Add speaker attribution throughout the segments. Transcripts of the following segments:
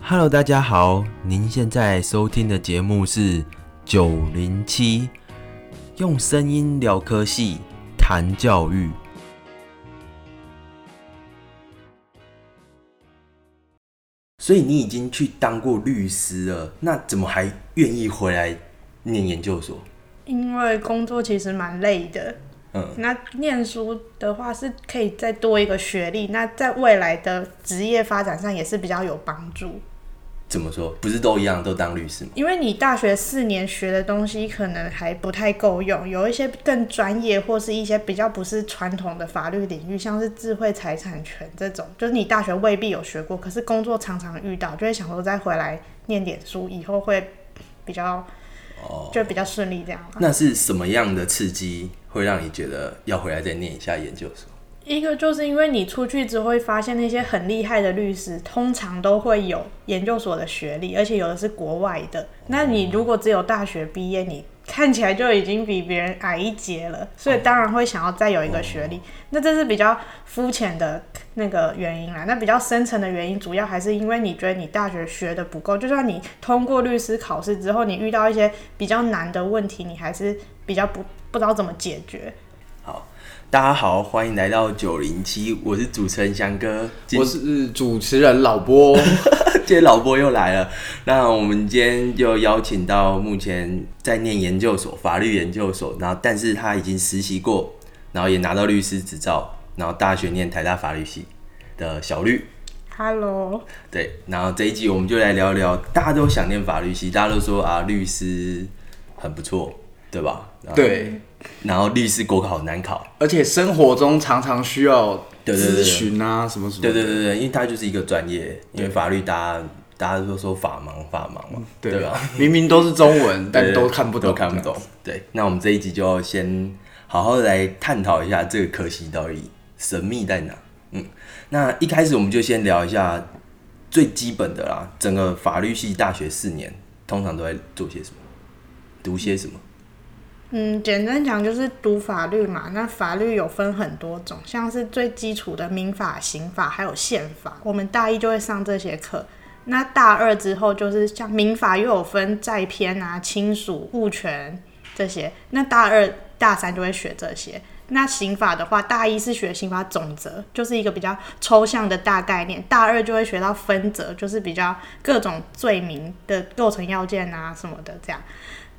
Speaker 1: Hello，大家好，您现在收听的节目是九零七，用声音聊科系，谈教育。所以你已经去当过律师了，那怎么还愿意回来念研究所？
Speaker 2: 因为工作其实蛮累的。
Speaker 1: 嗯，
Speaker 2: 那念书的话是可以再多一个学历，那在未来的职业发展上也是比较有帮助。
Speaker 1: 怎么说？不是都一样都当律师吗？
Speaker 2: 因为你大学四年学的东西可能还不太够用，有一些更专业或是一些比较不是传统的法律领域，像是智慧财产权这种，就是你大学未必有学过，可是工作常常遇到，就会想说再回来念点书，以后会比较
Speaker 1: 哦，
Speaker 2: 就比较顺利这样。
Speaker 1: 那是什么样的刺激会让你觉得要回来再念一下研究所？
Speaker 2: 一个就是因为你出去之后会发现，那些很厉害的律师通常都会有研究所的学历，而且有的是国外的。那你如果只有大学毕业，你看起来就已经比别人矮一截了，所以当然会想要再有一个学历。那这是比较肤浅的那个原因啦。那比较深层的原因，主要还是因为你觉得你大学学的不够。就算你通过律师考试之后，你遇到一些比较难的问题，你还是比较不不知道怎么解决。
Speaker 1: 大家好，欢迎来到九零七，我是主持人翔哥，今
Speaker 3: 我是主持人老波，
Speaker 1: 今天老波又来了。那我们今天就邀请到目前在念研究所法律研究所，然后但是他已经实习过，然后也拿到律师执照，然后大学念台大法律系的小绿。
Speaker 2: Hello。
Speaker 1: 对，然后这一集我们就来聊聊，大家都想念法律系，大家都说啊，律师很不错， 对吧？然后，
Speaker 3: 对，
Speaker 1: 然后律师国考很难考，
Speaker 3: 而且生活中常常需要
Speaker 1: 对对对
Speaker 3: 咨询啊，什么什么
Speaker 1: 对
Speaker 3: 的，
Speaker 1: 对对对，因为它就是一个专业，因为法律大家大家都说法盲法盲嘛，对吧？
Speaker 3: 明明都是中 文，但
Speaker 1: 对
Speaker 3: 都看不懂，
Speaker 1: 都看不懂。对，那我们这一集就要先好好地来探讨一下这个科系到底神秘在哪。嗯，那一开始我们就先聊一下最基本的啦，整个法律系大学四年通常都在做些什么，读些什么？
Speaker 2: 嗯，简单讲就是读法律嘛。那法律有分很多种，像是最基础的民法、刑法，还有宪法。我们大一就会上这些课。那大二之后就是像民法又有分债偏啊、亲属、物权这些。那大二、大三就会学这些。那刑法的话，大一是学刑法总则，就是一个比较抽象的大概念；大二就会学到分则，就是比较各种罪名的构成要件啊什么的这样。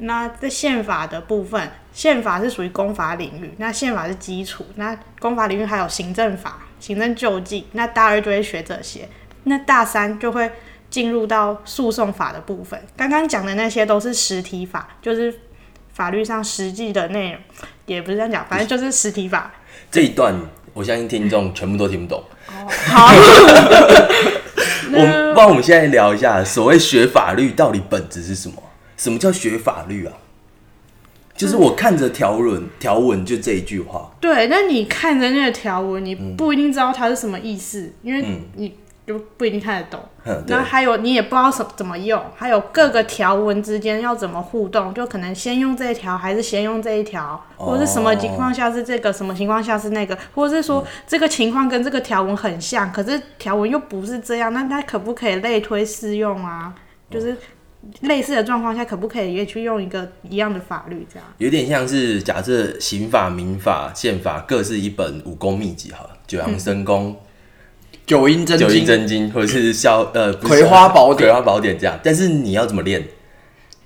Speaker 2: 那在宪法的部分，宪法是属于公法领域，那宪法是基础，那公法领域还有行政法、行政救济，那大二就会学这些，那大三就会进入到诉讼法的部分。刚刚讲的那些都是实体法，就是法律上实际的内容，也不是这样讲，反正就是实体法。
Speaker 1: 这一段我相信听众全部都听不懂。
Speaker 2: 好，
Speaker 1: 我们不然我们现在聊一下，所谓学法律到底本质是什么？什么叫学法律啊？就是我看着条文
Speaker 3: 嗯
Speaker 1: 条文就这一句话，
Speaker 2: 对，那你看着那个条文，你
Speaker 1: 嗯
Speaker 2: 不一定知道它是什么意思，因为你就不一定看得懂。
Speaker 1: 嗯，对
Speaker 2: 那，还有你也不知道什怎么用，还有各个条文之间要怎么互动，就可能先用这一条还是先用这一条，或者是
Speaker 1: 哦
Speaker 2: 什么情况下是这个，什么情况下是那个，或者是
Speaker 1: 嗯
Speaker 2: 说这个情况跟这个条文很像，可是条文又不是这样，那它可不可以类推适用啊？
Speaker 1: 哦
Speaker 2: 就是类似的状况下，可不可以也去用一个一样的法律这样？
Speaker 1: 有点像是假设刑法、民法、宪法各是一本武功秘籍，好了，九阳神功、
Speaker 3: 九阴真
Speaker 1: 九阴
Speaker 3: 经，
Speaker 1: 真经，或者是消呃不是
Speaker 3: 嗯葵花宝典嗯
Speaker 1: 葵花宝典这样。但是你要怎么练，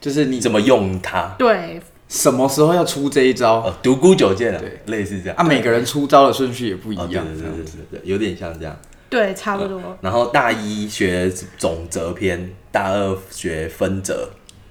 Speaker 3: 就是你
Speaker 1: 你怎么用它？
Speaker 2: 对，
Speaker 3: 什么时候要出这一招
Speaker 1: 呃，独孤九剑啊
Speaker 3: 对，
Speaker 1: 类似这样
Speaker 3: 啊？每个人出招的顺序也不一
Speaker 1: 哦，对
Speaker 3: 样，
Speaker 1: 对
Speaker 3: 这
Speaker 1: 对
Speaker 3: 样
Speaker 1: 对对对，有点像这样。
Speaker 2: 对，差不多。
Speaker 1: 然后大一学总则篇，大二学分则，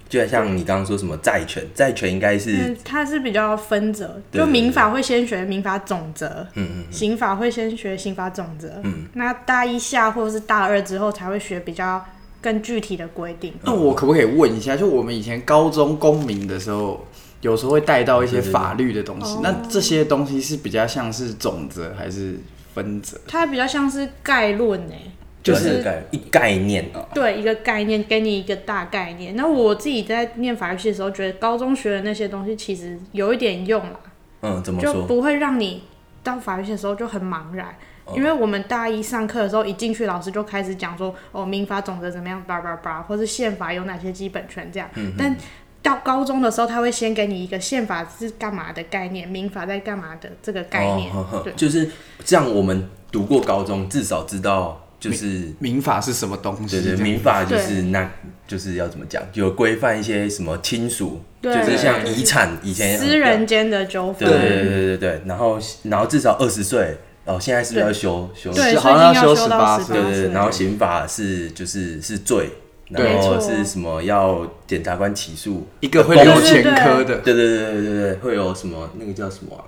Speaker 1: 就像你刚刚说什么债权，债权应该是
Speaker 2: 嗯，它是比较分则，
Speaker 1: 对对
Speaker 2: 就
Speaker 1: 对
Speaker 2: 民法会先学民法总则，嗯嗯，刑法会先学刑法总则，嗯，那大一下或是大二之后才会学比较更具体的规定。
Speaker 3: 那我可不可以问一下，就我们以前高中公民的时候，有时候会带到一些法律的东西，那这些东西是比较像是种子还是分子？
Speaker 2: 它比较像是概论诶、
Speaker 3: 就
Speaker 1: 就是
Speaker 3: 是
Speaker 1: 概一概念啊，
Speaker 2: 对一个概念，给你一个大概念。那我自己在念法律系的时候，觉得高中学的那些东西其实有一点用啦，
Speaker 1: 嗯，怎么
Speaker 2: 就
Speaker 1: 说？
Speaker 2: 不会让你到法律系的时候就很茫然。
Speaker 1: 哦
Speaker 2: 因为我们大一上课的时候，一进去老师就开始讲说，哦，民法总则怎么样，叭叭叭，或是宪法有哪些基本权这样。
Speaker 1: 嗯
Speaker 2: 但到高中的时候，他会先给你一个宪法是干嘛的概念，民法在干嘛的这个概念。
Speaker 1: 哦呵呵
Speaker 2: 对，
Speaker 1: 就是这样。我们读过高中，至少知道就是
Speaker 3: 民法是什么东西？
Speaker 1: 对对，
Speaker 3: 这样
Speaker 1: 民法就是那就是要怎么讲，有规范一些什么亲属，就
Speaker 2: 对
Speaker 1: 是像遗产以前
Speaker 2: 私人间的纠
Speaker 1: 对
Speaker 2: 纷，
Speaker 1: 对对对对对，然后然后至少二十岁，哦，现在是不是要修修？
Speaker 2: 对，
Speaker 3: 是
Speaker 2: 所以一
Speaker 3: 好
Speaker 2: 定要
Speaker 3: 像要
Speaker 2: 修
Speaker 3: 修
Speaker 2: 到
Speaker 3: 18
Speaker 2: 十八
Speaker 3: 岁
Speaker 1: 对对
Speaker 2: 岁
Speaker 1: 对，。然后刑法是就是是罪，
Speaker 3: 对
Speaker 1: 然后
Speaker 2: 没错
Speaker 1: 是什么要检察官起诉，
Speaker 3: 一个会留前科的
Speaker 1: 对对对对对对，会有什么那个叫什么啊？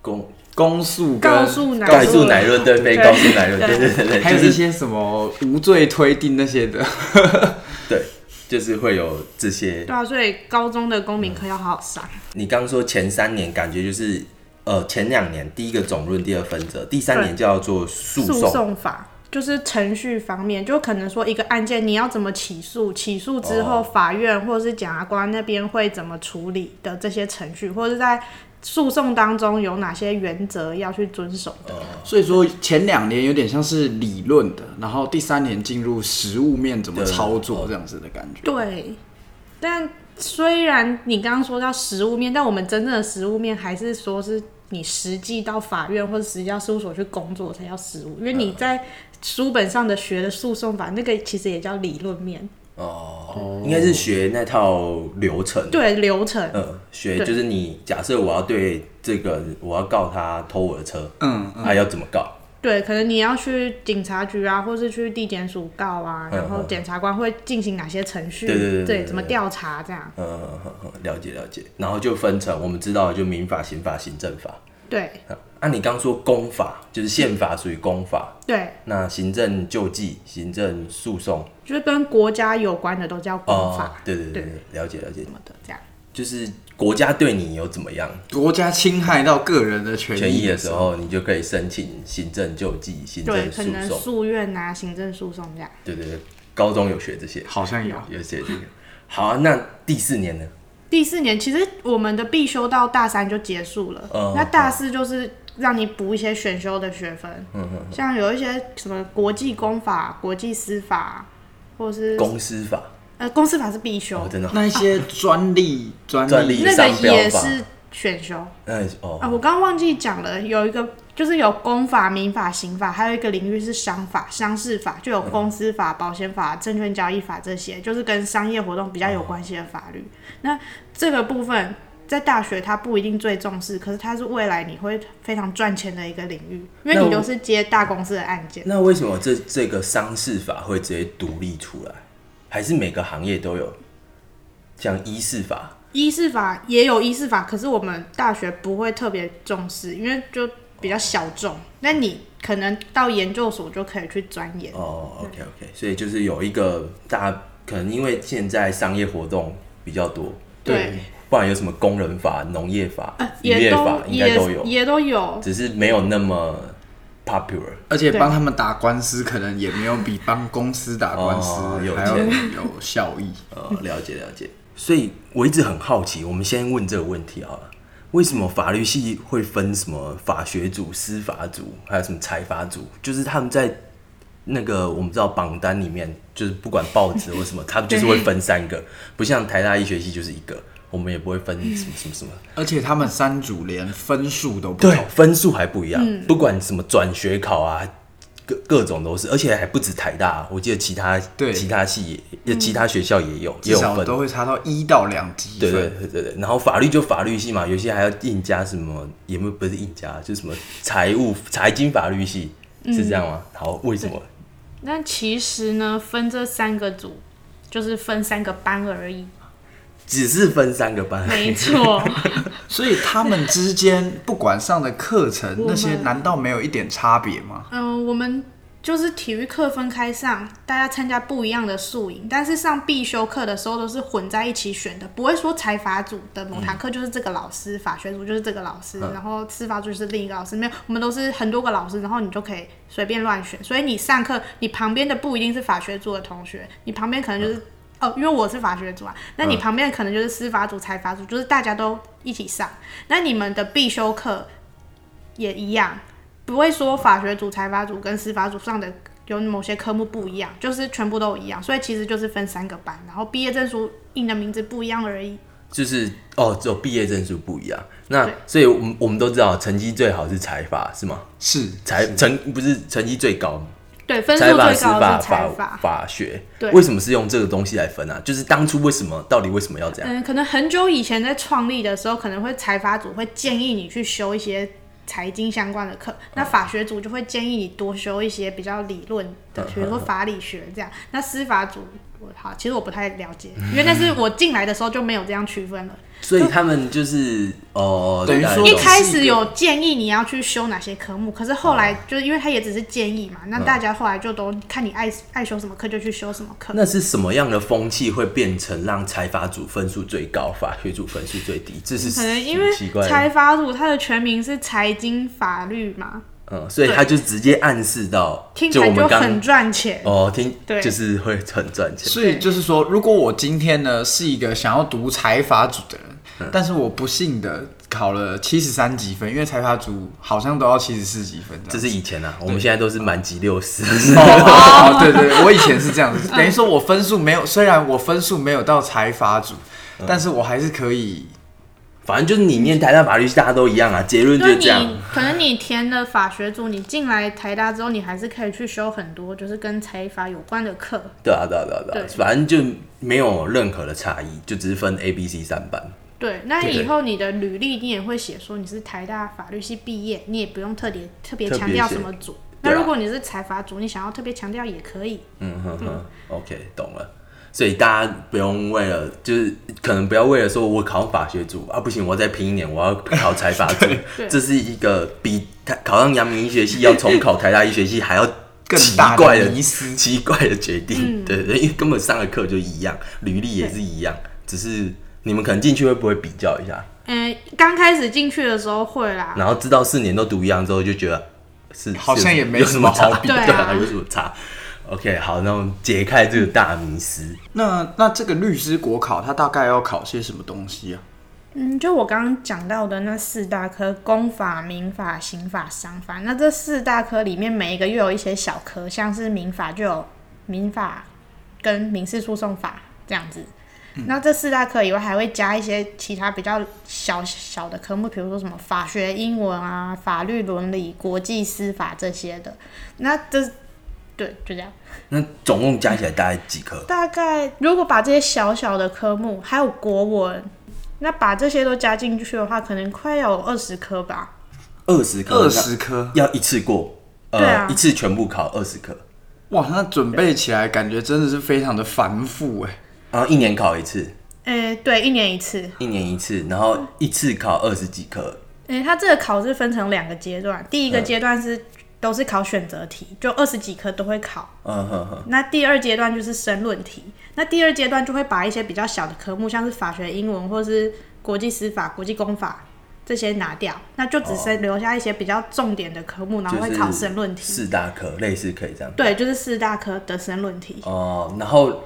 Speaker 1: 公
Speaker 3: 公诉跟，
Speaker 2: 告诉乃
Speaker 1: 告诉乃论对非
Speaker 2: 对
Speaker 1: 告诉乃论，对对对对，
Speaker 3: 还
Speaker 1: 就
Speaker 3: 有一
Speaker 1: 是
Speaker 3: 些什么无罪推定那些的。
Speaker 1: 对，就是会有这些
Speaker 2: 对啊，所以高中的公
Speaker 1: 嗯
Speaker 2: 民课要好好上。
Speaker 1: 你刚说前三年感觉就是，呃，前两年第一个总论，第二分责，第三
Speaker 2: 对
Speaker 1: 年叫做诉
Speaker 2: 诉
Speaker 1: 讼。
Speaker 2: 讼法就是程序方面，就可能说一个案件你要怎么起诉，起诉之后
Speaker 1: 哦
Speaker 2: 法院或者是检察官那边会怎么处理的这些程序，或者是在诉讼当中有哪些原则要去遵守的。
Speaker 3: 所以说前两年有点像是理论的，然后第三年进入实物面怎么
Speaker 1: 对
Speaker 3: 操作这样子的感觉。
Speaker 2: 对，但虽然你刚刚说到实物面，但我们真正的实物面还是说是你实际到法院或者实际到事务所去工作才叫实务，因为
Speaker 1: 嗯
Speaker 2: 你在书本上的学的诉讼法那个其实也叫理论面，
Speaker 1: 哦，应该是学那套流程。
Speaker 2: 对流程。
Speaker 1: 呃，学
Speaker 2: 对
Speaker 1: 就是你假设我要对这个，我要告他偷我的车，
Speaker 3: 嗯，
Speaker 1: 他要怎么告？
Speaker 2: 对，可能你要去警察局啊，或是去地检署告啊，
Speaker 1: 嗯
Speaker 2: 然后检察官会进行哪些程序？
Speaker 1: 对对对对对
Speaker 2: 怎么调查这样？
Speaker 1: 嗯，嗯嗯了解了解。然后就分成我们知道的就民法、刑法、行政法。
Speaker 2: 对
Speaker 1: 啊，啊你刚说公法就是宪法属于公法，
Speaker 2: 对，
Speaker 1: 那行政救济、行政诉讼，
Speaker 2: 就是跟国家有关的都叫
Speaker 1: 哦
Speaker 2: 公法，
Speaker 1: 对对对
Speaker 2: 对
Speaker 1: 对，了解了解
Speaker 2: 什。么的这样。
Speaker 1: 就是国家对你有怎么样
Speaker 3: 国家侵害到个人的权
Speaker 1: 权益
Speaker 3: 益啊
Speaker 1: 的时，候，你就可以申请行政救济、行
Speaker 2: 对，
Speaker 1: 政
Speaker 2: 可
Speaker 1: 诉
Speaker 2: 能
Speaker 1: 讼。
Speaker 2: 诉愿啊，行政诉讼这样。
Speaker 1: 对对对，高中有学这些，
Speaker 3: 好像有。
Speaker 1: 有写这个。好啊，那第四年呢？
Speaker 2: 第四年其实我们的必修到大三就结束了，
Speaker 1: 嗯
Speaker 2: 那大四就是让你补一些选修的学分，
Speaker 1: 嗯
Speaker 2: 像有一些什么国际公法、国际司法，或是
Speaker 1: 公司法
Speaker 2: 呃公司法是必修，
Speaker 1: 哦，真的好，
Speaker 3: 那一些专利、专
Speaker 1: 专利
Speaker 3: 利
Speaker 2: 那个
Speaker 1: 商标
Speaker 2: 也
Speaker 1: 法
Speaker 2: 是选修
Speaker 1: 嗯
Speaker 2: 啊，
Speaker 1: 哦，
Speaker 2: 我刚刚忘记讲了，有一个就是有公法、民法、刑法，还有一个领域是商法、商事法，就有
Speaker 1: 嗯
Speaker 2: 公司法、保险法、证券交易法这些，就是跟商业活动比较
Speaker 1: 哦
Speaker 2: 有关系的法律。那这个部分在大学它不一定最重视，可是它是未来你会非常赚钱的一个领域，因为
Speaker 1: 那
Speaker 2: 你
Speaker 1: 我
Speaker 2: 都是接大公司的案件。
Speaker 1: 那为什么这这个商事法会直接独立出来？还是每个行业都有？像医事法，
Speaker 2: 医事法也有医事法，可是我们大学不会特别重视，因为就比较小众。那你可能到研究所就可以去钻研。
Speaker 1: 哦，OK OK，所以就是有一个大家可能因为现在商业活动比较多，
Speaker 2: 对，
Speaker 1: 不然有什么工人法、农业法、渔
Speaker 2: 呃也
Speaker 1: 业
Speaker 2: 都
Speaker 1: 法应该
Speaker 2: 也
Speaker 1: 都有，
Speaker 2: 也都有，
Speaker 1: 只是没有那么 popular。
Speaker 3: 而且帮他们打官司，可能也没有比帮公司打官司
Speaker 1: 哦有
Speaker 3: 还要
Speaker 1: 钱
Speaker 3: 有效 益。
Speaker 1: 呃，了解了解。所以我一直很好奇，我们先问这个问题好了。为什么法律系会分什么法学组、司法组，还有什么财法组？就是他们在那个我们知道榜单里面，就是不管报纸或什么，他们就是会分三个，不像台大医学系就是一个，我们也不会分什么什么什么。
Speaker 3: 而且他们三组连分数都不
Speaker 1: 对
Speaker 3: 同，，
Speaker 1: 分数还不一样，不管什么转学考啊，各各种都是，而且还不止台大，啊我记得其他
Speaker 3: 对
Speaker 1: 其他系也、其他学校也有也
Speaker 3: 至
Speaker 1: 有
Speaker 3: 少
Speaker 1: 分，
Speaker 3: 都会差到一到两积
Speaker 1: 对
Speaker 3: 分。
Speaker 1: 对对对对。然后法律就法律系嘛，有些还要硬加什么，也不不是硬加，就是什么财务财经法律系
Speaker 2: 嗯
Speaker 1: 是这样吗？好，为什么？
Speaker 2: 但其实呢，分这三个组就是分三个班 而已，
Speaker 1: 只是分三个班，
Speaker 2: 没错。
Speaker 3: 所以他们之间不管上的课程
Speaker 2: 我们
Speaker 3: 那些，难道没有一点差别吗？
Speaker 2: 嗯，我们就是体育课分开上，大家参加不一样的宿营，但是上必修课的时候都是混在一起选的，不会说财法组的某堂课就是这个老师，法学组就是这个老师，然后司法组就是另一个老师，没有，我们都是很多个老师，然后你就可以随便乱选，所以你上课你旁边的不一定是法学组的同学，你旁边可能就是。哦，因为我是法学组啊，那你旁边可能就是司法组、财法组，就是大家都一起上。那你们的必修课也一样，不不会说法学组、财法组跟司法组上的有某些科目不一样，就是全部都一样，所以其实就是分三个班，然后毕业证书印的名字不一样而已。
Speaker 1: 就是哦，只有毕业证书不一样。那所以，我们我们都知道，成绩最好是财法，是吗？
Speaker 3: 是
Speaker 1: 财
Speaker 3: 是
Speaker 1: 成不是成绩最高，
Speaker 2: 对，分数
Speaker 1: 财
Speaker 2: 最
Speaker 1: 法、
Speaker 2: 高
Speaker 1: 司法、
Speaker 2: 的是财
Speaker 1: 法
Speaker 2: 法。
Speaker 1: 法学。
Speaker 2: 对
Speaker 1: 为什么是用这个东西来分啊？就是当初为什么，到底为什么要这样？
Speaker 2: 嗯，可能很久以前在创立的时候，可能会财法组会建议你去修一些财经相关的课，那法学组就会建议你多修一些比较理论的，比如说法理学这样。那司法组，我好，其实我不太了 解，因为那是我进来的时候就没有这样区分了。
Speaker 1: 所以他们就是哦，
Speaker 3: 等于
Speaker 1: 大家
Speaker 3: 说
Speaker 2: 一
Speaker 1: 懂
Speaker 2: 开始有建议你要去修哪些科目，可是后
Speaker 1: 哦
Speaker 2: 来就因为他也只是建议嘛，那
Speaker 1: 嗯
Speaker 2: 大家后来就都看你爱爱修什么课就去修什么课。
Speaker 1: 那是什么样的风气会变成让财法组分数最高，法学组分数最低？这是
Speaker 2: 可能因
Speaker 1: 挺
Speaker 2: 为
Speaker 1: 奇怪
Speaker 2: 财
Speaker 1: 的，
Speaker 2: 法组它的全名是财经法律嘛，
Speaker 1: 嗯，所以他就直接暗示到
Speaker 2: 听，起
Speaker 1: 就我
Speaker 2: 来就
Speaker 1: 们
Speaker 2: 很
Speaker 1: 刚
Speaker 2: 赚钱。
Speaker 1: 哦听，
Speaker 2: 对
Speaker 1: 就是会很赚钱。
Speaker 3: 所以就是说，如果我今天呢是一个想要读财法组的人，
Speaker 1: 嗯
Speaker 3: 但是我不幸的考了七十三几分，因为财法组好像都要七十四几分这
Speaker 1: 这
Speaker 3: 样。
Speaker 1: 是以前啊，我们现在都是满级六十。
Speaker 3: 哦哦，哦对对，对我以前是这样
Speaker 2: 嗯
Speaker 3: 子，等于说我分数没有，虽然我分数没有到财法组，
Speaker 1: 嗯
Speaker 3: 但是我还是可以。
Speaker 1: 反正就是你念台大法律系，大家都一样啊，结论就
Speaker 2: 就是
Speaker 1: 是这
Speaker 2: 你
Speaker 1: 样。
Speaker 2: 可能你填了法学组，你进来台大之后，你还是可以去修很多就是跟财法有关的课。
Speaker 1: 对啊，对啊，对啊，对啊
Speaker 2: 对，
Speaker 1: 反正就没有任何的差异，就只是分 A、B、C 三班。
Speaker 2: 对，那
Speaker 1: 对
Speaker 2: 以后你的履历你也会写说你是台大法律系毕业，你也不用特别特别
Speaker 1: 特别
Speaker 2: 强调
Speaker 1: 写
Speaker 2: 什么组。
Speaker 1: 对
Speaker 2: 那
Speaker 1: 啊
Speaker 2: 如果你是财法组，你想要特别强调也可以。
Speaker 1: 嗯哼哼，OK，懂了。所以大家不用为了，就是可能不要为了说我考法学组啊，不行，我再拼一年，我要考财法 组
Speaker 2: 对，
Speaker 1: 这是一个比台考上阳明医学系要重考台大医学系还要
Speaker 3: 更
Speaker 1: 奇
Speaker 3: 大的
Speaker 1: 怪的
Speaker 3: 迷思
Speaker 1: 奇怪的决定。对对，因为根本上的课就一样，履历也是一样，只是你们可能进去会不会比较一下？
Speaker 2: 嗯，刚开始进去的时候会啦，
Speaker 1: 然后知道四年都读一样之后，就觉得是
Speaker 3: 好像
Speaker 1: 是有
Speaker 3: 也没
Speaker 1: 有
Speaker 3: 什
Speaker 1: 什
Speaker 3: 么
Speaker 1: 差
Speaker 3: 好比
Speaker 2: 对啊
Speaker 1: 对啊，有什么差？OK，好，那我们解开这个大迷思。
Speaker 3: 那那这个律师国考，它大概要考些什么东西啊？
Speaker 2: 嗯，就我刚刚讲到的那四大科，公法、民法、刑法、商法。那这四大科里面，每一个又有一些小科，像是民法就有民法跟民事诉讼法这样子。那这四大科以外，还会加一些其他比较小小的科目，比如说什么法学、英文啊、法律伦理、国际司法这些的。那这对，就这样。
Speaker 1: 那总共加起来大概几科？
Speaker 2: 大概如果把这些小小的科目，还有国文，那把这些都加进去的话，可能快要有二十科吧。
Speaker 1: 二十科，
Speaker 3: 二十科，
Speaker 1: 要一次过，呃，
Speaker 2: 对啊
Speaker 1: 一次全部考二十科，
Speaker 3: 哇，那准备起来感觉真的是非常的繁复哎。
Speaker 1: 然后一年考一次，
Speaker 2: 诶、对，一年一次。
Speaker 1: 一年一次，然后一次考二十几科，
Speaker 2: 诶、它这个考试分成两个阶段，第一
Speaker 1: 嗯
Speaker 2: 个阶段是、都是考选择题，就二十几科都会考。
Speaker 1: 嗯哼哼，
Speaker 2: 那第二阶段就是申论题，那第二阶段就会把一些比较小的科目，像是法学、英文或是国际司法、国际公法这些拿掉，那就只剩留下一些比较重点的科目，然后
Speaker 1: 哦就
Speaker 2: 会
Speaker 1: 是
Speaker 2: 考申论题。
Speaker 1: 四大科，类似可以这样。
Speaker 2: 对，就是四大科的申论题。
Speaker 1: 哦，然后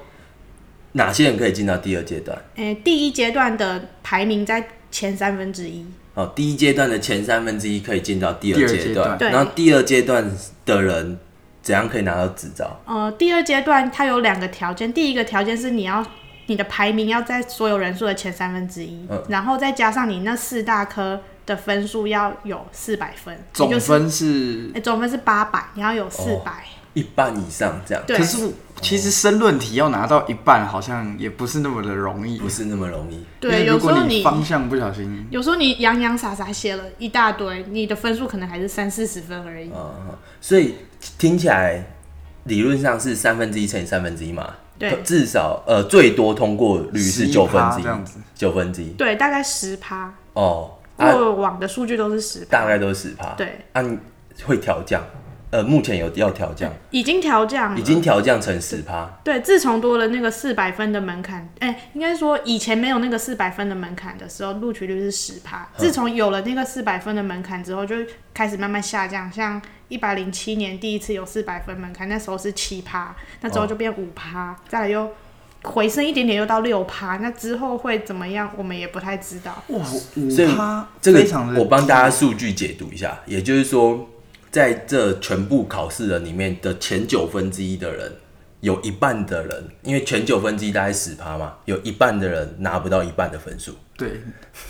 Speaker 1: 哪些人可以进到第二阶段？
Speaker 2: 诶、第一阶段的排名在前三分之一。
Speaker 1: 哦，第一阶段的前三分之一可以进到第
Speaker 3: 第
Speaker 1: 二
Speaker 3: 二
Speaker 1: 阶
Speaker 3: 阶
Speaker 1: 段，
Speaker 3: 段
Speaker 2: 对
Speaker 1: 然后第二阶段的人怎样可以拿到执照？
Speaker 2: 呃，第二阶段它有两个条件，第一个条件是你要你的排名要在所有人数的前三分之一，
Speaker 3: 嗯
Speaker 2: 然后再加上你那四大科的分数要有四百分，也
Speaker 3: 总
Speaker 2: 就是
Speaker 3: 分是
Speaker 2: 诶、
Speaker 1: 哎
Speaker 2: 总分是八百，你要有四百、
Speaker 1: 一半以上这样，
Speaker 2: 对
Speaker 3: 可是我其实申论题要拿到一半，好像也不是那么的容易
Speaker 1: 不。是那么容易。
Speaker 3: 因
Speaker 2: 对，
Speaker 3: 为
Speaker 2: 有
Speaker 3: 如
Speaker 2: 时
Speaker 3: 果
Speaker 2: 候
Speaker 3: 你
Speaker 2: 你
Speaker 3: 方向不小心，
Speaker 2: 有时候你洋洋洒洒写了一大堆，你的分数可能还是三四十分而
Speaker 3: 哦
Speaker 2: 已。
Speaker 1: 嗯，所以听起来理论上是三分之一乘以三分之一嘛，
Speaker 2: 对
Speaker 1: 至少呃最多通过率是
Speaker 3: 11%
Speaker 1: 九分之一
Speaker 3: 这样子，
Speaker 1: 九分之一
Speaker 2: 对，大概十趴，
Speaker 1: 哦，啊，
Speaker 2: 过往的数据都是十趴。
Speaker 1: 大概都是十趴，
Speaker 2: 对，
Speaker 1: 啊，你会调降，呃，目前有要调降，
Speaker 2: 已经调降了，
Speaker 1: 已经调降成十趴，
Speaker 2: 对，自从多了那个四百分的门槛，哎、应该说以前没有那个四百分的门槛的时候，录取率是十趴。自从有了那个四百分的门槛之后，就开始慢慢下降。像一百零七年第一次有四百分门槛，那时候是七趴，那之后就变五趴，再来又回升一点点，又到六趴。那之后会怎么样，我们也不太知道。
Speaker 3: 哇，
Speaker 1: 所
Speaker 3: 五
Speaker 1: 以
Speaker 3: 趴
Speaker 1: 这个
Speaker 3: 非常的
Speaker 1: 我帮大家
Speaker 3: 低
Speaker 1: 数据解读一下，也就是说，在这全部考试人里面的前九分之一的人，有一半的人，因为前九分之一大概十趴嘛，有一半的人拿不到一半的分数。
Speaker 3: 对，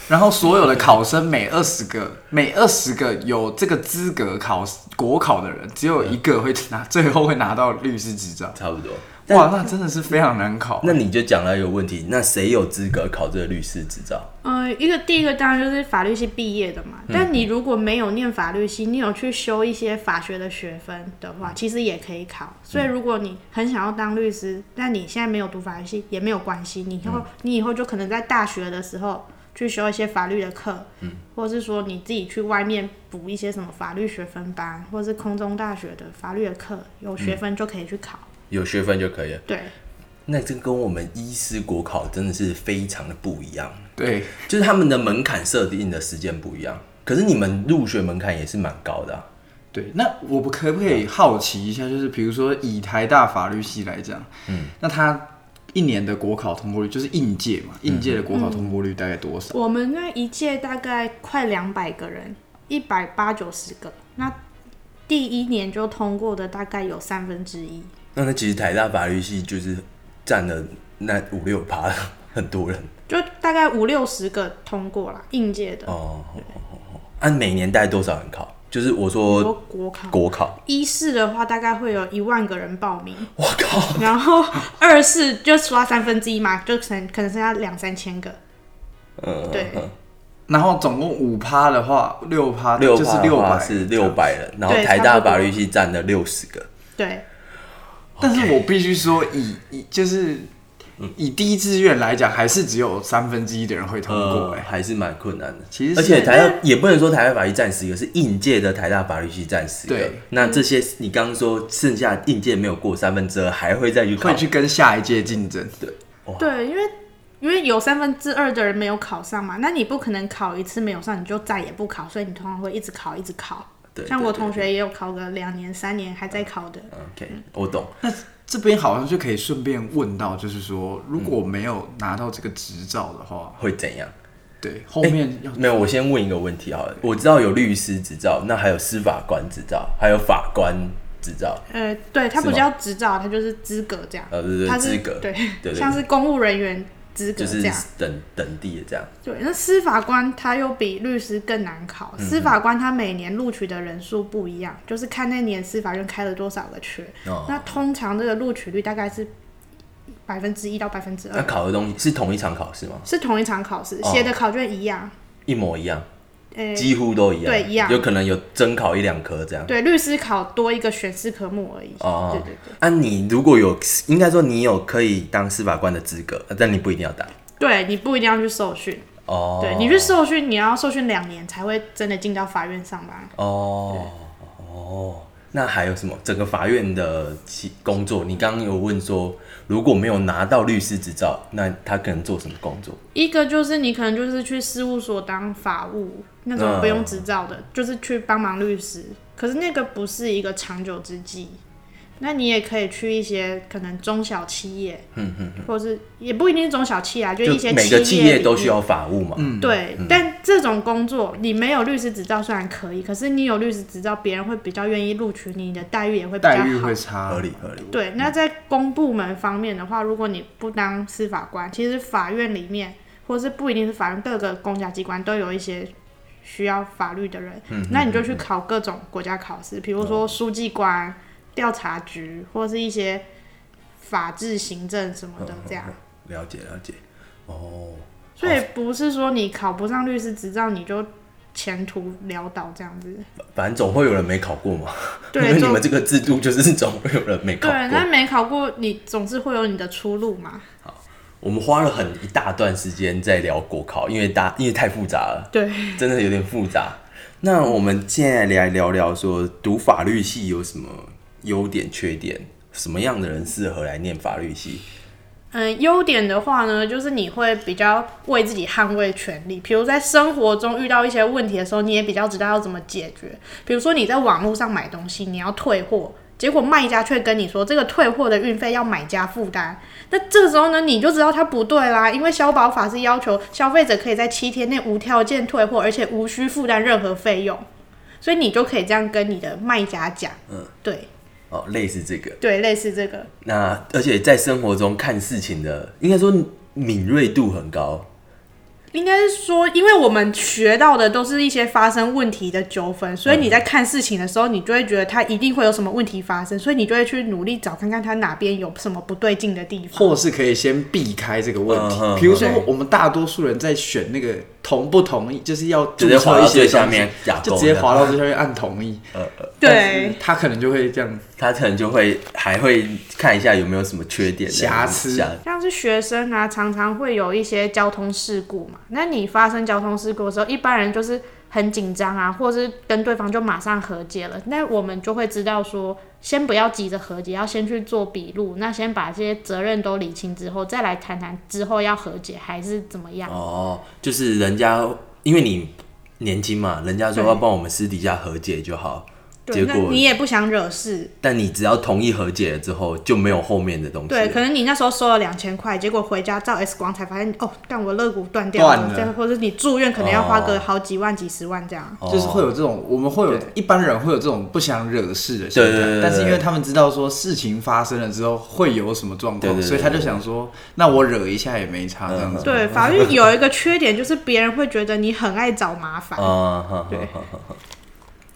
Speaker 3: 然后所有的考生每二十个，每二十个有这个资格考国考的人，只有一个会拿，最后会拿到律师执照。
Speaker 1: 差不多。
Speaker 3: 哇，那真的是非常难考。
Speaker 1: 那你就讲了一个问题，那谁有资格考这个律师执照？
Speaker 2: 呃，一个第一个当然就是法律系毕业的嘛，但你如果没有念法律系，你有去修一些法学的学分的话，其实也可以考。所以如果你很想要当律师，但你现在没有读法律系也没有关系，你以后、你以后就可能在大学的时候去修一些法律的课，或是说你自己去外面补一些什么法律学分班，或是空中大学的法律的课，有学分就可以去考。
Speaker 1: 有学分就可以了。
Speaker 2: 对，
Speaker 1: 那这跟我们医师国考真的是非常的不一样，
Speaker 3: 对，
Speaker 1: 就是他们的门槛设定的时间不一样。可是你们入学门槛也是蛮高的、啊，
Speaker 3: 对，那我不可不可以好奇一下，就是比如说以台大法律系来讲，嗯，那他一年的国考通过率就是应届
Speaker 1: 嗯
Speaker 3: 嘛，应届的国考通过率大概多少？
Speaker 2: 我们那一届大概快两百个人，一百八九十个。那第一年就通过的大概有三分之一。
Speaker 1: 那那其实台大法律系就是占了那五六趴，很多人
Speaker 2: 就大概五六十个通过啦，应届的。
Speaker 1: 哦。哦哦哦按、每年带多少人考？就是我
Speaker 2: 很多
Speaker 1: 说
Speaker 2: 国考，
Speaker 1: 国考，
Speaker 2: 一试的话大概会有一万个人报名，
Speaker 1: 我靠，
Speaker 2: 然后二试就刷三分之一嘛，就可能可能剩下两三千个。
Speaker 1: 嗯，
Speaker 2: 对
Speaker 1: 嗯嗯
Speaker 3: 然后总共五趴的话，六趴
Speaker 1: 六
Speaker 3: 就是
Speaker 1: 趴的
Speaker 3: 六
Speaker 1: 话
Speaker 3: 百
Speaker 1: 是六。百人，然后
Speaker 2: 对
Speaker 1: 台
Speaker 2: 差
Speaker 1: 大
Speaker 2: 不多
Speaker 1: 法律系占了六十个，
Speaker 2: 对，
Speaker 3: 但是我必须说以，以就是
Speaker 1: 嗯
Speaker 3: 以第一志愿来讲，还是只有三分之一的人会通过、
Speaker 1: 呃
Speaker 3: 哎、
Speaker 1: 还是蛮困难的。
Speaker 3: 其实是
Speaker 1: 而且台大也不能说台大法律占十个，是应届的台大法律系占十个
Speaker 3: 对。
Speaker 1: 那这些你刚刚说剩下应届没有过三分之二，还会再去考
Speaker 3: 会。去跟下一届竞争。对，
Speaker 2: 对，因为因为有三分之二的人没有考上嘛，那你不可能考一次没有上，你就再也不考，所以你通常会一直考，一直考。
Speaker 1: 对
Speaker 2: 像
Speaker 1: 对
Speaker 2: 我
Speaker 1: 对嗯
Speaker 2: 同学也有考个两年、三年还在考的。
Speaker 1: OK，我懂。
Speaker 3: 那这边好像就可以顺便问到，就是说，如果没有拿到这个执照的话，
Speaker 1: 会怎样？
Speaker 3: 对，后面要、
Speaker 1: 没有，我先问一个问题好了。我知道有律师执照，那还有司法官执照，还有法官执照。
Speaker 2: 呃，对，它
Speaker 1: 是
Speaker 2: 不
Speaker 1: 吗
Speaker 2: 叫执照，它就是资格这样。
Speaker 1: 呃，对对
Speaker 2: 它
Speaker 1: 对，
Speaker 2: 是
Speaker 1: 资格，
Speaker 2: 对，
Speaker 1: 对
Speaker 2: 像是公务人员资格
Speaker 1: 就是
Speaker 2: 这样。
Speaker 1: 等等地的这样。
Speaker 2: 对，那司法官他又比律师更难考。
Speaker 1: 嗯
Speaker 2: 司法官他每年录取的人数不一样，就是看那年司法院开了多少个缺。
Speaker 1: 哦
Speaker 2: 那通常这个录取率大概是百分之一到百分之
Speaker 1: 那
Speaker 2: 二，
Speaker 1: 考的东西是同一场考试吗？
Speaker 2: 是同一场考试，
Speaker 1: 哦
Speaker 2: 写的考卷一样。
Speaker 1: 一模一样，
Speaker 2: 呃，
Speaker 1: 几乎都一样，
Speaker 2: 对一样
Speaker 1: 有可能有增考一两科这样。
Speaker 2: 对，律师考多一个选试科目而已。
Speaker 1: 哦
Speaker 2: 对对对。
Speaker 1: 啊，你如果有，应该说你有可以当司法官的资格，但你不一定要当。
Speaker 2: 对你不一定要去受训，
Speaker 1: 哦，
Speaker 2: 对你去受训，你要受训两年才会真的进到法院上班。
Speaker 1: 哦哦，那还有什么？整个法院的其工作，你刚刚有问说，如果没有拿到律师执照，那他可能做什么工作？
Speaker 2: 一个就是你可能就是去事务所当法务那种
Speaker 1: 嗯
Speaker 2: 不用执照的，就是去帮忙律师，可是那个不是一个长久之计。那你也可以去一些可能中小企业，
Speaker 1: 嗯嗯，
Speaker 2: 或是也不一定是中小企业啊，就
Speaker 1: 就
Speaker 2: 一些
Speaker 1: 每个企业
Speaker 2: 里
Speaker 1: 都
Speaker 2: 面
Speaker 1: 需要法务嘛。嗯，
Speaker 2: 对，但这种工作你没有律师执照虽然可以，可是你有律师执照，别人会比较愿意录取你，你的待遇也会比较
Speaker 3: 待遇
Speaker 2: 好
Speaker 3: 会。差，
Speaker 1: 合理合理。
Speaker 2: 对，那在公部门方面的话，如果你不当司法官，其实法院里面，或是不一定是法院，各个公家机关都有一些需要法律的人，
Speaker 3: 嗯
Speaker 2: 那你就去考各种国家考试，比如说书记官、调查局，或是一些法制、行政什么的这
Speaker 3: 嗯
Speaker 2: 样。
Speaker 1: 了解了解。哦，
Speaker 2: 所以不是说你考不上律师执照你就前途潦倒这样子。
Speaker 1: 反正总会有人没考过嘛。因
Speaker 2: 对，
Speaker 1: 为你
Speaker 2: 总
Speaker 1: 们这个制度就是总会有人没考
Speaker 2: 对，那
Speaker 1: 过。
Speaker 2: 没考过你总是会有你的出路嘛。
Speaker 1: 我们花了很一大段时间在聊国考，因为大因为太复杂了。
Speaker 2: 对，
Speaker 1: 真的有点复杂。那我们现在来聊聊说，读法律系有什么优点、缺点？什么样的人适合来念法律系？
Speaker 2: 嗯，优点的话呢，就是你会比较为自己捍卫权利，比如在生活中遇到一些问题的时候，你也比较知道要怎么解决。比如说你在网络上买东西，你要退货，结果卖家却跟你说这个退货的运费要买家负担，那这个时候呢，你就知道它不对啦，因为消保法是要求消费者可以在七天内无条件退货，而且无需负担任何费用。所以你就可以这样跟你的卖家讲，嗯，对
Speaker 1: 哦，类似这个。
Speaker 2: 对，类似这个，
Speaker 1: 那而且在生活中看事情的，应该说敏锐度很高。
Speaker 2: 应该是说，因为我们学到的都是一些发生问题的纠纷，所以你在看事情的时候，你就会觉得它一定会有什么问题发生，所以你就会去努力找看看它哪边有什么不对劲的地方。
Speaker 3: 或是可以先避开这个问
Speaker 1: 嗯嗯
Speaker 3: 题。
Speaker 1: 嗯
Speaker 3: 比如说
Speaker 2: 对，
Speaker 3: 我们大多数人在选那个同不同意，就是要
Speaker 1: 直接
Speaker 3: 注册
Speaker 1: 滑到
Speaker 3: 一些
Speaker 1: 最下
Speaker 3: 东西
Speaker 1: 面打勾
Speaker 3: 就直接滑到最下面按同 意。但
Speaker 2: 对
Speaker 3: 是，他可能就会这样，
Speaker 1: 他可能就会还会看一下有没有什么缺点、
Speaker 3: 瑕疵
Speaker 1: 瑕
Speaker 2: 像是学生啊，常常会有一些交通事故嘛。那你发生交通事故的时候，一般人就是很紧张啊，或是跟对方就马上和解了。那我们就会知道说，先不要急着和解，要先去做笔录，那先把这些责任都理清之后，再来谈谈之后要和解还是怎么样。
Speaker 1: 哦，就是人家因为你年轻嘛，人家说
Speaker 2: 对
Speaker 1: 要帮我们私底下和解就好，
Speaker 2: 对，
Speaker 1: 结
Speaker 2: 那
Speaker 1: 果
Speaker 2: 你也不想惹事，
Speaker 1: 但你只要同意和解了之后，就没有后面的东西。
Speaker 2: 对，可能你那时候收了两千块，结果回家照 X 光才发现，哦，但我肋骨断掉
Speaker 3: 断
Speaker 2: 了，
Speaker 3: 了
Speaker 2: 这样或者你住院可能要花个
Speaker 1: 哦
Speaker 2: 好几万、几十万这样。
Speaker 1: 哦
Speaker 3: 就是会有这种，我们会有
Speaker 2: 对
Speaker 3: 一般人会有这种不想惹事的心
Speaker 1: 对对对
Speaker 3: 态
Speaker 1: 对，
Speaker 3: 但是因为他们知道说事情发生了之后会有什么状
Speaker 1: 对对
Speaker 3: 况，
Speaker 1: 对
Speaker 3: 所以他就想说，那我惹一下也没差这样子。
Speaker 2: 对，法律有一个缺点就是别人会觉得你很爱找麻烦。
Speaker 1: 啊，好好
Speaker 2: 对
Speaker 1: 好好好。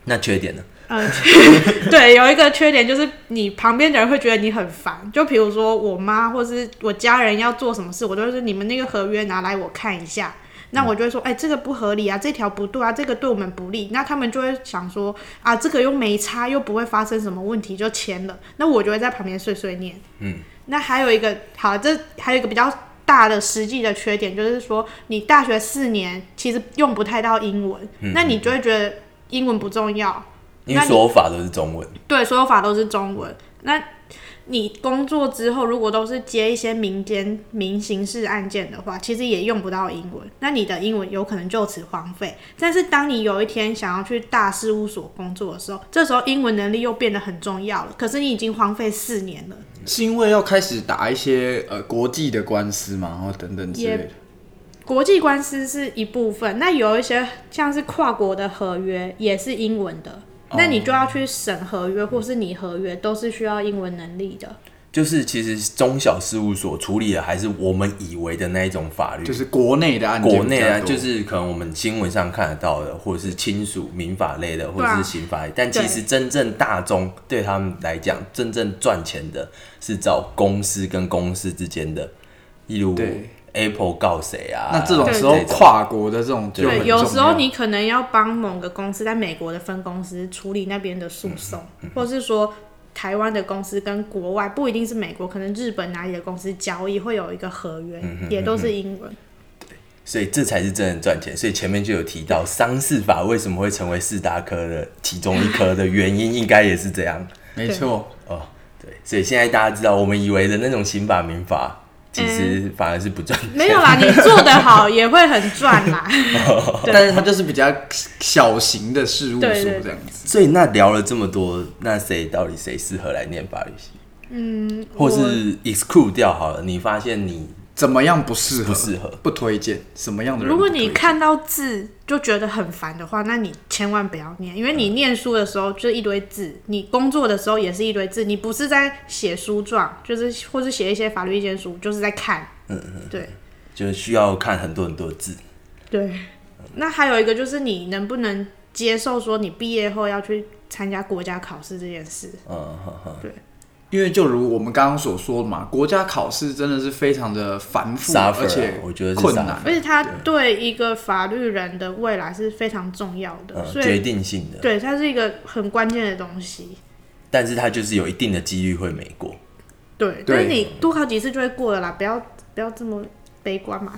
Speaker 1: 那缺点呢？
Speaker 2: 嗯， 对，有一个缺点就是你旁边的人会觉得你很烦。就比如说我妈或是我家人要做什么事，我都会说你们那个合约拿来我看一下。那我就会说，哎、这个不合理啊，这条不对啊，这个对我们不利。那他们就会想说，啊，这个又没差，又不会发生什么问题，就签了。那我就会在旁边碎碎念。
Speaker 1: 嗯，
Speaker 2: 那还有一个，好，这还有一个比较大的实际的缺点，就是说你大学四年其实用不太到英文，那你就会觉得英文不重要，
Speaker 1: 因为
Speaker 2: 那你
Speaker 1: 所有法都是中文，
Speaker 2: 对，所有法都是中文。那你工作之后，如果都是接一些民间民刑事案件的话，其实也用不到英文，那你的英文有可能就此荒废。但是当你有一天想要去大事务所工作的时候，这时候英文能力又变得很重要了。可是你已经荒废四年了，
Speaker 3: 是因为要开始打一些呃国际的官司嘛，然后等等之类的。
Speaker 2: 国际官司是一部分，那有一些像是跨国的合约也是英文的，那你就要去审合约或是拟合约，都是需要英文能力的。
Speaker 1: 就是其实中小事务所处理的还是我们以为的那一种法律，
Speaker 3: 就是国内的案件比较
Speaker 1: 国
Speaker 3: 多，
Speaker 1: 内啊，就是可能我们新闻上看得到的，或者是亲属民法类的，或者
Speaker 2: 对啊
Speaker 1: 是刑法类，但其实真正大众对他们来讲，真正赚钱的是找公司跟公司之间的，例如
Speaker 3: 对
Speaker 1: Apple 告谁啊，
Speaker 3: 那这种
Speaker 2: 对
Speaker 3: 时候
Speaker 1: 这种
Speaker 3: 跨国的这种就很
Speaker 2: 对，有
Speaker 3: 重
Speaker 2: 时候
Speaker 3: 要
Speaker 2: 你可能要帮某个公司在美国的分公司处理那边的诉讼，或是说台湾的公司跟国外不一定是美国，可能日本哪里的公司交易会有一个合约，也都是英文。
Speaker 1: 所以这才是真正赚钱。所以前面就有提到商事法为什么会成为四大科的其中一科的原因，应该也是这样。
Speaker 3: 没错，
Speaker 1: 哦，对，所以现在大家知道，我们以为的那种刑法、民法，其实反而是不赚钱。
Speaker 2: 嗯没有啦，你做得好也会很赚啦。
Speaker 3: 但是它就是比较小型的事务所
Speaker 2: 对对对
Speaker 3: 这样 子。
Speaker 1: 所以那聊了这么多，那谁到底谁适合来念法律系？嗯，或是 exclude 掉好了，你发现你
Speaker 3: 怎么样不适合？
Speaker 1: 不适合
Speaker 3: 不推荐。什么样的人
Speaker 2: 如
Speaker 3: 不推
Speaker 2: 果
Speaker 3: 荐？
Speaker 2: 你看到字就觉得很烦的话，那你千万不要念，因为你念书的时候就一堆字，你工作的时候也是一堆字，你不是在写书状，就是或是写一些法律意见书，就是在看。嗯嗯，对。
Speaker 1: 就需要看很多很多字，
Speaker 2: 对，那还有一个就是你能不能接受说你毕业后要去参加国家考试这件事？
Speaker 1: 嗯，呵呵
Speaker 3: 因为就如我们刚刚所说的嘛，国家考试真的是非常的繁复
Speaker 1: Suffer 啊
Speaker 3: 而且
Speaker 1: 我觉得是
Speaker 3: 困
Speaker 1: suffer
Speaker 3: 难。
Speaker 2: 而且它对一个法律人的未来是非常重要的，
Speaker 1: 嗯，
Speaker 2: 所
Speaker 1: 决
Speaker 2: 以
Speaker 1: 定性的，
Speaker 2: 对它是一个很关键的东西。
Speaker 1: 但是它就是有一定的几率会没过。
Speaker 2: 对，但是你多考几次就会过了啦，不要不要这么悲观嘛。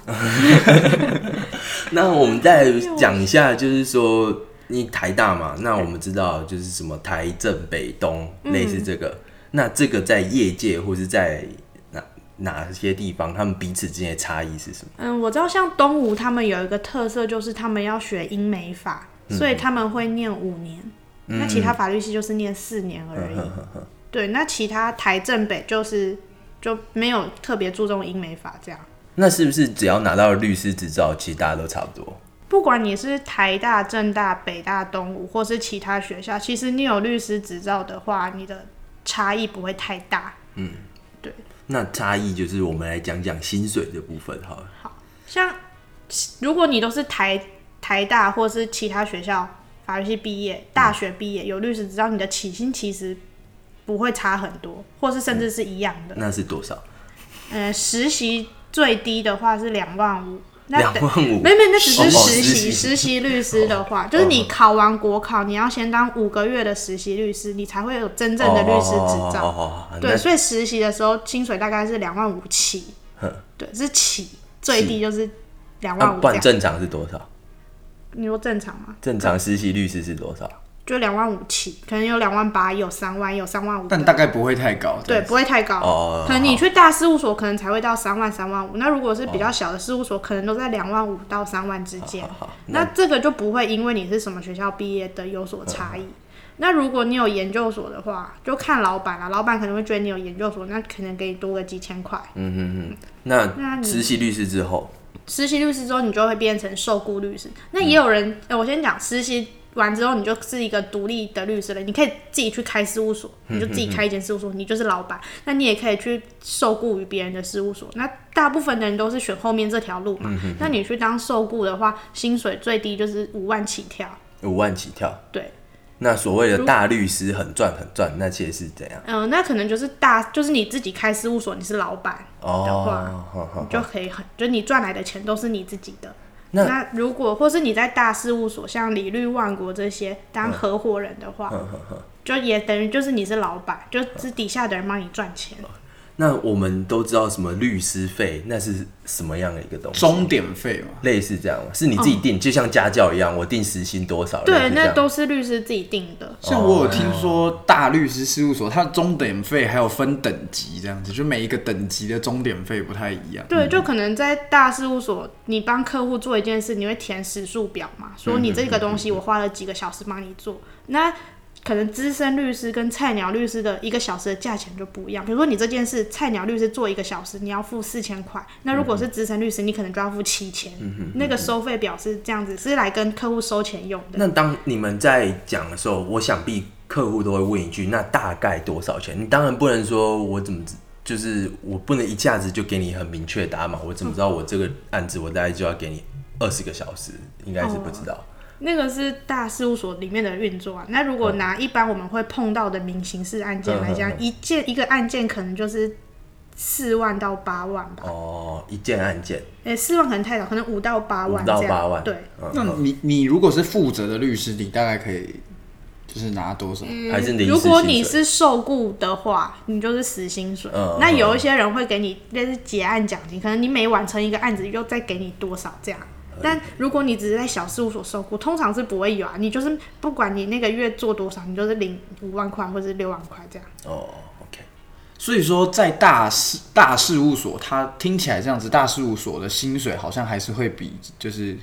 Speaker 1: 那我们再讲一下，就是说你台大嘛，那我们知道就是什么台政北东类似这个，那这个在业界或是在哪哪些地方，他们彼此之间的差异是什么？
Speaker 2: 嗯，我知道像东吴他们有一个特色，就是他们要学英美法，所以他们会念五年。那其他法律系就是念四年而已。对，那其他台政北就是就没有特别注重英美法这样。
Speaker 1: 那是不是只要拿到律师执照，其实大家都差不多？
Speaker 2: 不管你是台大、政大、北大、东吴，或是其他学校，其实你有律师执照的话，你的差异不会太大。
Speaker 1: 那差异就是我们来讲讲薪水的部分好了。
Speaker 2: 像如果你都是台台大或是其他学校法律系毕业、大学毕业有律师执照，你的起薪其实不会差很多，或是甚至是一样的。
Speaker 1: 那是多少？
Speaker 2: 嗯、实习最低的话是两万五，那
Speaker 1: 两
Speaker 2: 等
Speaker 1: 万五
Speaker 2: 没？有没有，那只是
Speaker 1: 哦
Speaker 2: 实
Speaker 1: 实习
Speaker 2: 习。实习律师的话，就是你考完国考，你要先当五个月的实习律师，你才会有真正的律师执
Speaker 1: 哦
Speaker 2: 照。
Speaker 1: 哦哦哦
Speaker 2: 对，所以实习的时候薪水大概是两万五起，对，是起，最低就是两
Speaker 1: 那
Speaker 2: 万
Speaker 1: 啊不
Speaker 2: 五这
Speaker 1: 然
Speaker 2: 样。
Speaker 1: 正常是多少？
Speaker 2: 你说正常吗？
Speaker 1: 正常实习律师是多少？
Speaker 2: 就两万五起，可能有两万八，有三万，有三万五。
Speaker 3: 但大概不会太高。
Speaker 2: 对，，不会太高。
Speaker 1: 哦
Speaker 2: 可能你去大事务所，可能才会到三万、三万五。那如果是比较小的事务所，可能都在两万五到三万之间。
Speaker 1: 好，
Speaker 2: 那这个就不会因为你是什么学校毕业的有所差异。那如果你有研究所的话，就看老板啦，老板可能会觉得你有研究所，那可能给你多个几千块。那
Speaker 1: 那
Speaker 2: 你
Speaker 1: 实习律师之后，
Speaker 2: 实习律师之后，你就会变成受雇律师。那也有人，呃我先讲实习完之后，你就是一个独立的律师了，你可以自己去开事务所，你就自己开一间事务所，你就是老板。那你也可以去受雇于别人的事务所。那大部分的人都是选后面这条路嘛。那你去当受雇的话，薪水最低就是五万起跳。
Speaker 1: 五万起跳。
Speaker 2: 对，
Speaker 1: 那所谓的大律师很赚很赚，那些是怎样？
Speaker 2: 嗯、那可能就是大，就是你自己开事务所，你是老板，的话
Speaker 1: 哦，好好
Speaker 2: 你就可以很，就你赚来的钱都是你自己的。
Speaker 1: 那
Speaker 2: 如果或是你在大事务所，像李律万国这些当
Speaker 1: 嗯
Speaker 2: 合伙人的话，就也等于就是你是老板，就是底下的人帮你赚钱。
Speaker 1: 哦那我们都知道什么律师费，那是什么样的一个东西？
Speaker 3: 钟点费嘛，
Speaker 1: 类似这样吗？是你自己定，就像家教一样，我定时薪多少？类
Speaker 2: 哦对，
Speaker 1: 似这
Speaker 2: 那
Speaker 1: 样
Speaker 2: 都是律师自己定的。
Speaker 3: 像我有听
Speaker 1: 哦
Speaker 3: 说大律师事务所，它的钟点费还有分等级这样子，就每一个等级的钟点费不太一样。
Speaker 2: 对，就可能在大事务所，你帮客户做一件事，你会填时数表嘛，说你这个东西我花了几个小时帮你做。那可能资深律师跟菜鸟律师的一个小时的价钱就不一样。比如说你这件事，菜鸟律师做一个小时，你要付四千块，那如果是资深律师，你可能就要付七千。那个收费表是这样子，是来跟客户收钱用的。
Speaker 1: 那当你们在讲的时候，我想必客户都会问一句：那大概多少钱？你当然不能说我怎么知，就是我不能一下子就给你很明确的答案嘛。我怎么知道我这个案子我大概就要给你二十个小时？应该是不知道。
Speaker 2: 那个是大事务所里面的运作啊。那如果拿一般我们会碰到的民刑事案件来讲，
Speaker 1: 嗯嗯嗯
Speaker 2: 一件一个案件可能就是四万到八万吧。
Speaker 1: 哦，一件案件，
Speaker 2: 诶，四万可能太少，可能五到八
Speaker 1: 五
Speaker 2: 万这
Speaker 1: 到
Speaker 2: 样。
Speaker 1: 八万，
Speaker 2: 对，
Speaker 3: 那
Speaker 1: 嗯
Speaker 3: 你你如果是负责的律师，你大概可以就是拿多少？
Speaker 1: 还是临时
Speaker 2: 如果
Speaker 1: 薪水
Speaker 2: 你是受雇的话，你就是死薪水。
Speaker 1: 嗯嗯
Speaker 2: 那
Speaker 1: 嗯
Speaker 2: 有一些人会给你类似结案奖金，可能你每完成一个案子又再给你多少这样。
Speaker 1: 嗯
Speaker 2: 但如果你只是在小事务所受雇，通常是不会有啊。你就是不管你那个月做多少，你就是领五万块或者是六万块这样。
Speaker 1: 哦，OK，
Speaker 3: 所以说，在大事大事务所，它听起来这样子，大事务所的薪水好像还是会比就是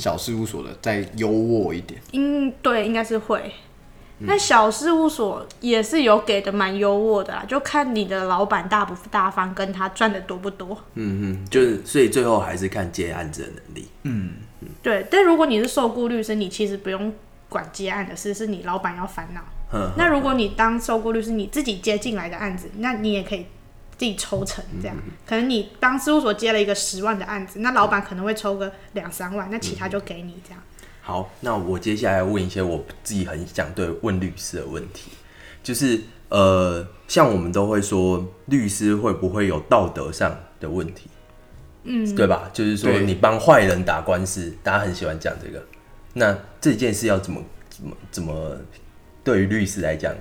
Speaker 3: 小事务所的再优渥一点。
Speaker 2: 应对应该是会。那小事务所也是有给的蛮优渥的啦，啊就看你的老板大不大方，跟他赚的多不多。
Speaker 1: 嗯嗯，就是所以最后还是看接案子的能力。
Speaker 2: 对，但如果你是受雇律师，你其实不用管接案的事，是你老板要烦恼。
Speaker 1: 哼，
Speaker 2: 那如果你当受雇律师，你自己接进来的案子，那你也可以自己抽成这样。可能你当事务所接了一个十万的案子，那老板可能会抽个两三万，那其他就给你这样。
Speaker 1: 好，那我接下来问一些我自己很想对问律师的问题，就是呃，像我们都会说，律师会不会有道德上的问题？嗯，对吧？就是说
Speaker 3: 对
Speaker 1: 你帮坏人打官司，大家很喜欢讲这个。那这件事要怎么怎么怎么？对于律师来讲，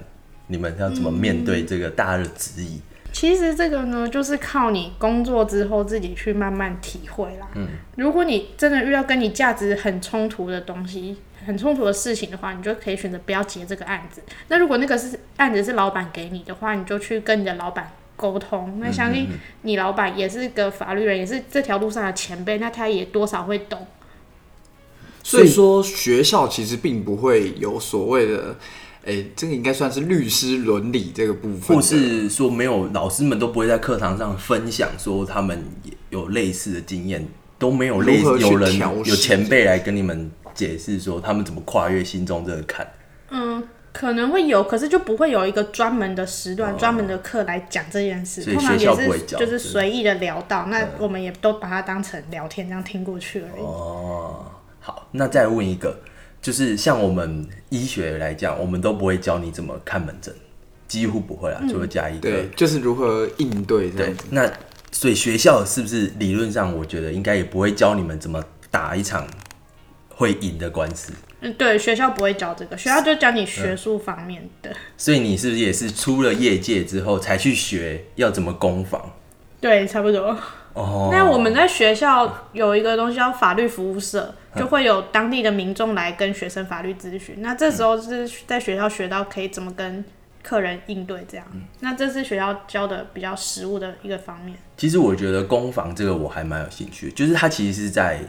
Speaker 1: 你们要怎么面对这个大家的质疑？
Speaker 2: 其实这个呢，就是靠你工作之后自己去慢慢体会啦。嗯，如果你真的遇到跟你价值很冲突的东西、很冲突的事情的话，你就可以选择不要接这个案子。那如果那个是案子是老板给你的话，你就去跟你的老板沟通。那相信你老板也是个法律人，也是这条路上的前辈，那他也多少会懂。
Speaker 3: 所以说，学校其实并不会有所谓的，诶、这个应该算是律师伦理这个部分的，
Speaker 1: 或是说没有老师们都不会在课堂上分享说他们有类似的经验，都没有类
Speaker 3: 如何去
Speaker 1: 有人
Speaker 3: 调试
Speaker 1: 有前辈来跟你们解释说他们怎么跨越心中这个坎。
Speaker 2: 嗯，可能会有，可是就不会有一个专门的时段、专、门的课来讲这件事。
Speaker 1: 哦所以
Speaker 2: 通常
Speaker 1: 学
Speaker 2: 也
Speaker 1: 校不会
Speaker 2: 是
Speaker 1: 教
Speaker 2: 就是
Speaker 1: 对
Speaker 2: 随意的聊到，那我们也都把它当成聊天这样听过去而已。
Speaker 1: 哦，好，那再问一个，就是像我们医学来讲，我们都不会教你怎么看门诊，几乎不会啦，除了加一个。
Speaker 3: 嗯对，就是如何应对这
Speaker 1: 对
Speaker 3: 样子。，
Speaker 1: 那所以学校是不是理论上，我觉得应该也不会教你们怎么打一场会赢的官司？
Speaker 2: 嗯，对，学校不会教这个，学校就教你学术方面的。
Speaker 1: 所以你是不是也是出了业界之后才去学要怎么攻防？
Speaker 2: 对，差不多。
Speaker 1: 哦，
Speaker 2: 那我们在学校有一个东西叫法律服务社，
Speaker 1: 嗯
Speaker 2: 就会有当地的民众来跟学生法律咨询。那这时候是在学校学到可以怎么跟客人应对这样。
Speaker 1: 嗯
Speaker 2: 那这是学校教的比较实务的一个方面。
Speaker 1: 其实我觉得攻防这个我还蛮有兴趣，就是它其实是在，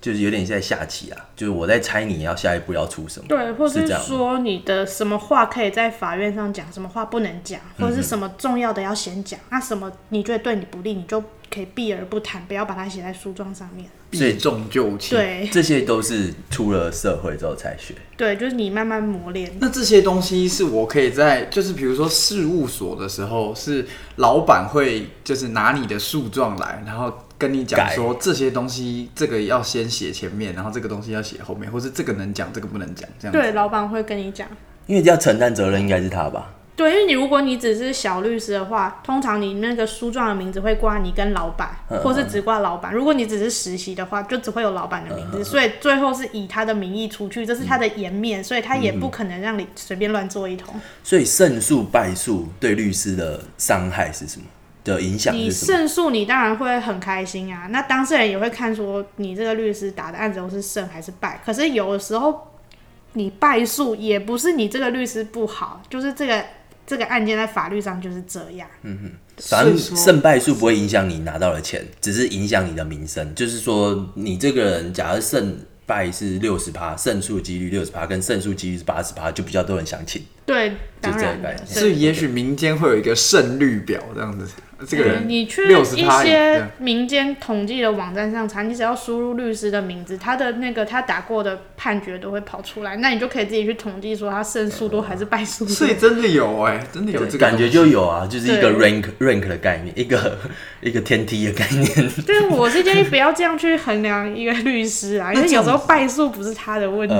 Speaker 1: 就是有点在下棋啊，就是我在猜你要下一步要出什么。
Speaker 2: 对，或
Speaker 1: 是
Speaker 2: 是
Speaker 1: 这样吗
Speaker 2: 说你的什么话可以在法院上讲，什么话不能讲，
Speaker 1: 嗯
Speaker 2: 或者是什么重要的要先讲，那什么你觉得对你不利，你就可以避而不谈，不要把它写在书状上面。
Speaker 1: 所以
Speaker 3: 避重就轻。，
Speaker 2: 对
Speaker 1: 这些都是出了社会之后才学。
Speaker 2: 对，就是你慢慢磨练。
Speaker 1: 嗯
Speaker 3: 那这些东西是我可以在，就是比如说事务所的时候，是老板会就是拿你的诉状来，然后跟你讲
Speaker 1: 改
Speaker 3: 说这些东西，这个要先写前面，然后这个东西要写后面，或是这个能讲，这个不能讲，这样子。
Speaker 2: 对，老板会跟你讲。
Speaker 1: 因为要承担责任应该是他吧？
Speaker 2: 对，因为你如果你只是小律师的话，通常你那个书状的名字会挂你跟老板，
Speaker 1: 嗯
Speaker 2: 或是只挂老板。如果你只是实习的话，就只会有老板的
Speaker 1: 嗯
Speaker 2: 名字，所以最后是以他的名义出去，这是他的颜面，所以他
Speaker 1: 嗯
Speaker 2: 也不可能让你随便乱做一通。
Speaker 1: 所以胜诉败诉对律师的伤害是什么？的影响
Speaker 2: 你
Speaker 1: 是什么？
Speaker 2: 胜诉，你当然会很开心啊。那当事人也会看说你这个律师打的案子都是胜还是败。可是有的时候你败诉也不是你这个律师不好，就是这个这个案件在法律上就是这样。
Speaker 1: 反正
Speaker 3: 所以说
Speaker 1: 胜败数不会影响你拿到的钱，只是影响你的名声。就是说，你这个人假如胜败是六十趴，胜诉几率六十趴，跟胜诉几率是八十趴，就比较多人想请。
Speaker 2: 对，当
Speaker 1: 这个
Speaker 2: 然
Speaker 1: 概
Speaker 2: 的
Speaker 1: 念。
Speaker 3: 所
Speaker 2: 对
Speaker 3: 以也许民间会有一个胜率表这样子，这个
Speaker 2: 嗯
Speaker 3: 人
Speaker 2: 你去
Speaker 3: 60
Speaker 2: 一
Speaker 3: 趴以
Speaker 2: 些
Speaker 3: 对
Speaker 2: 民间统计的网站上查，你只要输入律师的名字，他的那个他打过的判决都会跑出来，那你就可以自己去统计说他胜诉多还是败诉多。
Speaker 3: 所以真的有哎、真的有这个
Speaker 1: 感觉
Speaker 3: 东
Speaker 1: 就
Speaker 3: 西
Speaker 1: 有啊，就是一个
Speaker 2: 对
Speaker 1: rank rank 的概念，一个一个天梯的概念。
Speaker 2: 对，我是建议不要这样去衡量一个律师啊，因为有时候败诉不是他的问题。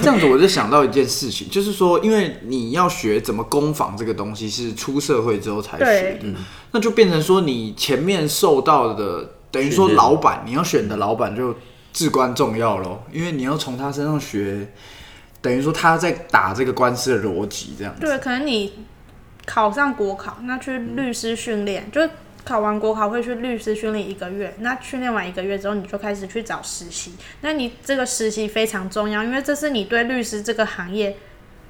Speaker 3: 这样子，我就想到一件事情，就是说，因为你要学怎么攻防这个东西，是出社会之后才学
Speaker 2: 对
Speaker 3: 的，那就变成说你前面受到的，等于说
Speaker 1: 训练
Speaker 3: 老板你要选的老板就至关重要咯，因为你要从他身上学，等于说他在打这个官司的逻辑这样子。
Speaker 2: 对，可能你考上国考，那去律师训练，就是考完国考会去律师训练一个月。那训练完一个月之后，你就开始去找实习。那你这个实习非常重要，因为这是你对律师这个行业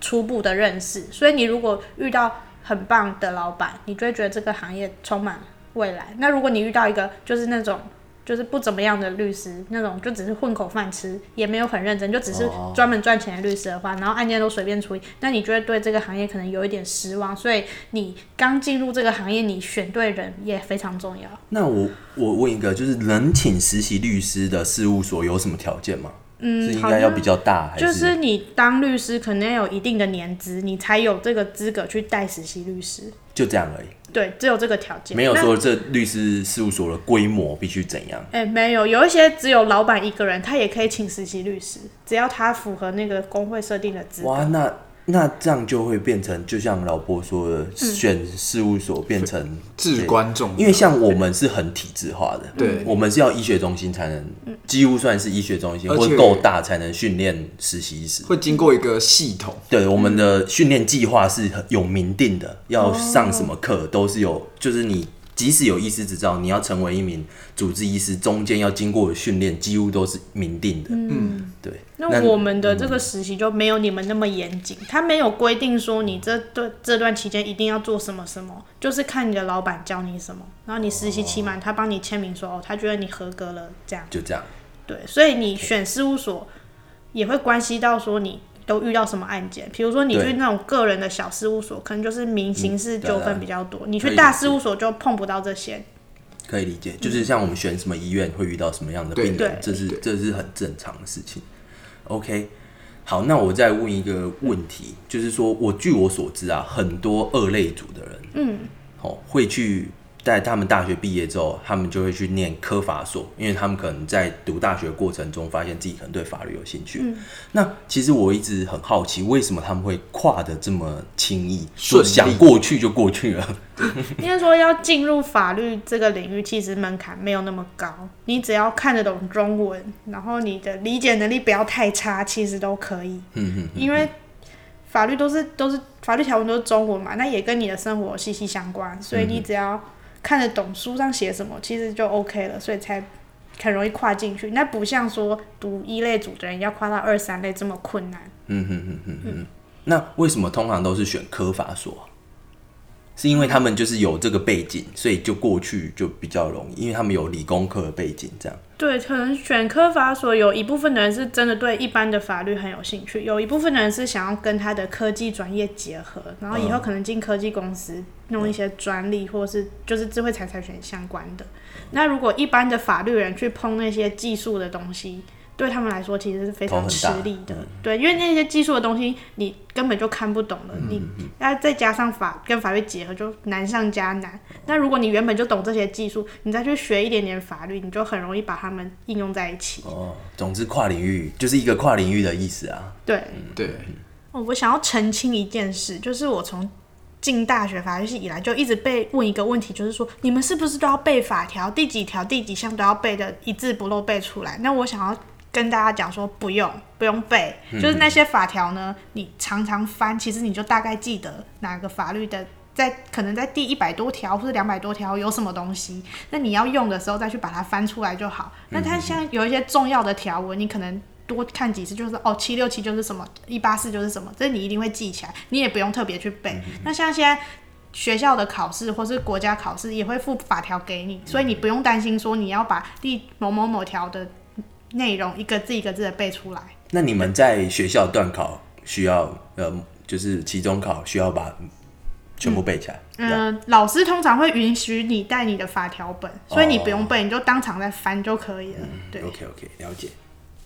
Speaker 2: 初步的认识。所以你如果遇到很棒的老板，你就会觉得这个行业充满未来。那如果你遇到一个就是那种。就是不怎么样的律师，那种就只是混口饭吃，也没有很认真，就只是
Speaker 1: 哦
Speaker 2: 专门赚钱的律师的话，然后案件都随便处理，那你就会对这个行业可能有一点失望。所以你刚进入这个行业，你选对人也非常重要。
Speaker 1: 那我我问一个，就是能请实习律师的事务所有什么条件吗？
Speaker 2: 嗯
Speaker 1: 是应
Speaker 2: 好
Speaker 1: 该要
Speaker 2: 像
Speaker 1: 比较大，还
Speaker 2: 就是你当律师可能要有一定的年资，你才有这个资格去带实习律师。
Speaker 1: 就这样而已？
Speaker 2: 对，只有这个条件。
Speaker 1: 没有
Speaker 2: 那
Speaker 1: 说这律师事务所的规模必须怎样。
Speaker 2: 哎、没有，有一些只有老板一个人，他也可以请实习律师，只要他符合那个工会设定的资格。
Speaker 1: 哇，那那这样就会变成，就像老波说的，
Speaker 2: 嗯
Speaker 1: 选事务所变成
Speaker 3: 至关重要
Speaker 1: 因为像我们是很体制化的，
Speaker 2: 嗯
Speaker 3: 对
Speaker 1: 我们是要医学中心才能，几乎算是医学中心
Speaker 3: 而
Speaker 1: 或
Speaker 3: 且
Speaker 1: 者够大才能训练实习医师。
Speaker 3: 会经过一个系统，
Speaker 1: 对，我们的
Speaker 2: 嗯
Speaker 1: 训练计划是很有明定的，要
Speaker 2: 哦
Speaker 1: 上什么课都是有，就是你即使有医师执照，你要成为一名主治医师，中间要经过的训练几乎都是明定的。嗯，对。
Speaker 2: 那我们的这个实习就没有你们那么严谨，他没有规定说你这段这段期间一定要做什么什么，就是看你的老板教你什么，然后你实习期满，他帮你签名说哦，他觉得你合格了这样。
Speaker 1: 就这样。
Speaker 2: 对，所以你选事务所也会关系到说你都遇到什么案件，比如说你
Speaker 1: 对
Speaker 2: 去那种个人的小事务所，可能就是民刑事
Speaker 1: 对啊
Speaker 2: 纠纷比较多，你
Speaker 1: 可以
Speaker 2: 去大
Speaker 1: 理解
Speaker 2: 事务所就碰不到这些。
Speaker 1: 可以理解，就是像我们选什么医院会遇到什么样的病
Speaker 3: 嗯对
Speaker 1: 人
Speaker 2: 对，
Speaker 1: 这是
Speaker 3: 对
Speaker 1: 这是很正常的事情。OK，好，那我再问一个问题，
Speaker 3: 嗯
Speaker 1: 就是说我据我所知啊，很多二类组的人，嗯，哦，会去在他们大学毕业之后，他们就会去念科法所，因为他们可能在读大学过程中发现自己可能对法律有兴趣。
Speaker 3: 嗯
Speaker 1: 那其实我一直很好奇，为什么他们会跨的这么轻易，说
Speaker 3: 顺利
Speaker 1: 想过去就过去了？
Speaker 2: 应该说要进入法律这个领域，其实门槛没有那么高，你只要看得懂中文，然后你的理解能力不要太差，其实都可以。
Speaker 1: 嗯嗯。
Speaker 2: 因为法律都是都是法律条文都是中文嘛，那也跟你的生活息息相
Speaker 1: 嗯
Speaker 2: 关，所以你只要看得懂书上写什么，其实就 OK 了，所以才很容易跨进去。那不像说读一类组的人要跨到二三类这么困难。
Speaker 1: 嗯哼哼哼哼。那为什么通常都是选科法所啊？是因为他们就是有这个背景，所以就过去就比较容易，因为他们有理工科的背景，这样。
Speaker 2: 对，可能选科法所有一部分的人是真的对一般的法律很有兴趣，有一部分的人是想要跟他的科技专业结合，然后以后可能进科技公司弄一些专利或是就是智慧财产权相关的。那如果一般的法律人去碰那些技术的东西，对他们来说其实是非
Speaker 1: 头
Speaker 2: 常
Speaker 1: 很
Speaker 2: 吃
Speaker 1: 大嗯
Speaker 2: 力的。对，因为那些技术的东西你根本就看不懂了，
Speaker 1: 嗯
Speaker 2: 你那再加上法跟法律结合，就难上加难。那如果你原本就懂这些技术，你再去学一点点法律，你就很容易把它们应用在一起。
Speaker 1: 哦，总之跨领域就是一个跨领域的意思啊。
Speaker 2: 对，
Speaker 3: 对，
Speaker 1: 嗯
Speaker 2: 哦我想要澄清一件事，就是我从进大学法律系以来，就一直被问一个问题，就是说你们是不是都要背法条，第几条、第几项都要背的，一字不漏背出来？那我想要跟大家讲说，不用，不用背，就是那些法条呢，你常常翻，其实你就大概记得哪个法律的。在可能在第一百多条或者两百多条有什么东西，那你要用的时候再去把它翻出来就好。那它像有一些重要的条文，你可能多看几次，就是哦，七六七就是什么，一八四就是什么，这你一定会记起来，你也不用特别去背。那像现在学校的考试或是国家考试也会附法条给你，所以你不用担心说你要把第某某某条的内容一个字一个字的背出来。
Speaker 1: 那你们在学校段考需要呃，就是期中考需要把全部背起来，这样
Speaker 2: 嗯、老师通常会允许你带你的法条本，所以你不用背，你就当场再翻就可以了。对，
Speaker 1: OK OK，了解。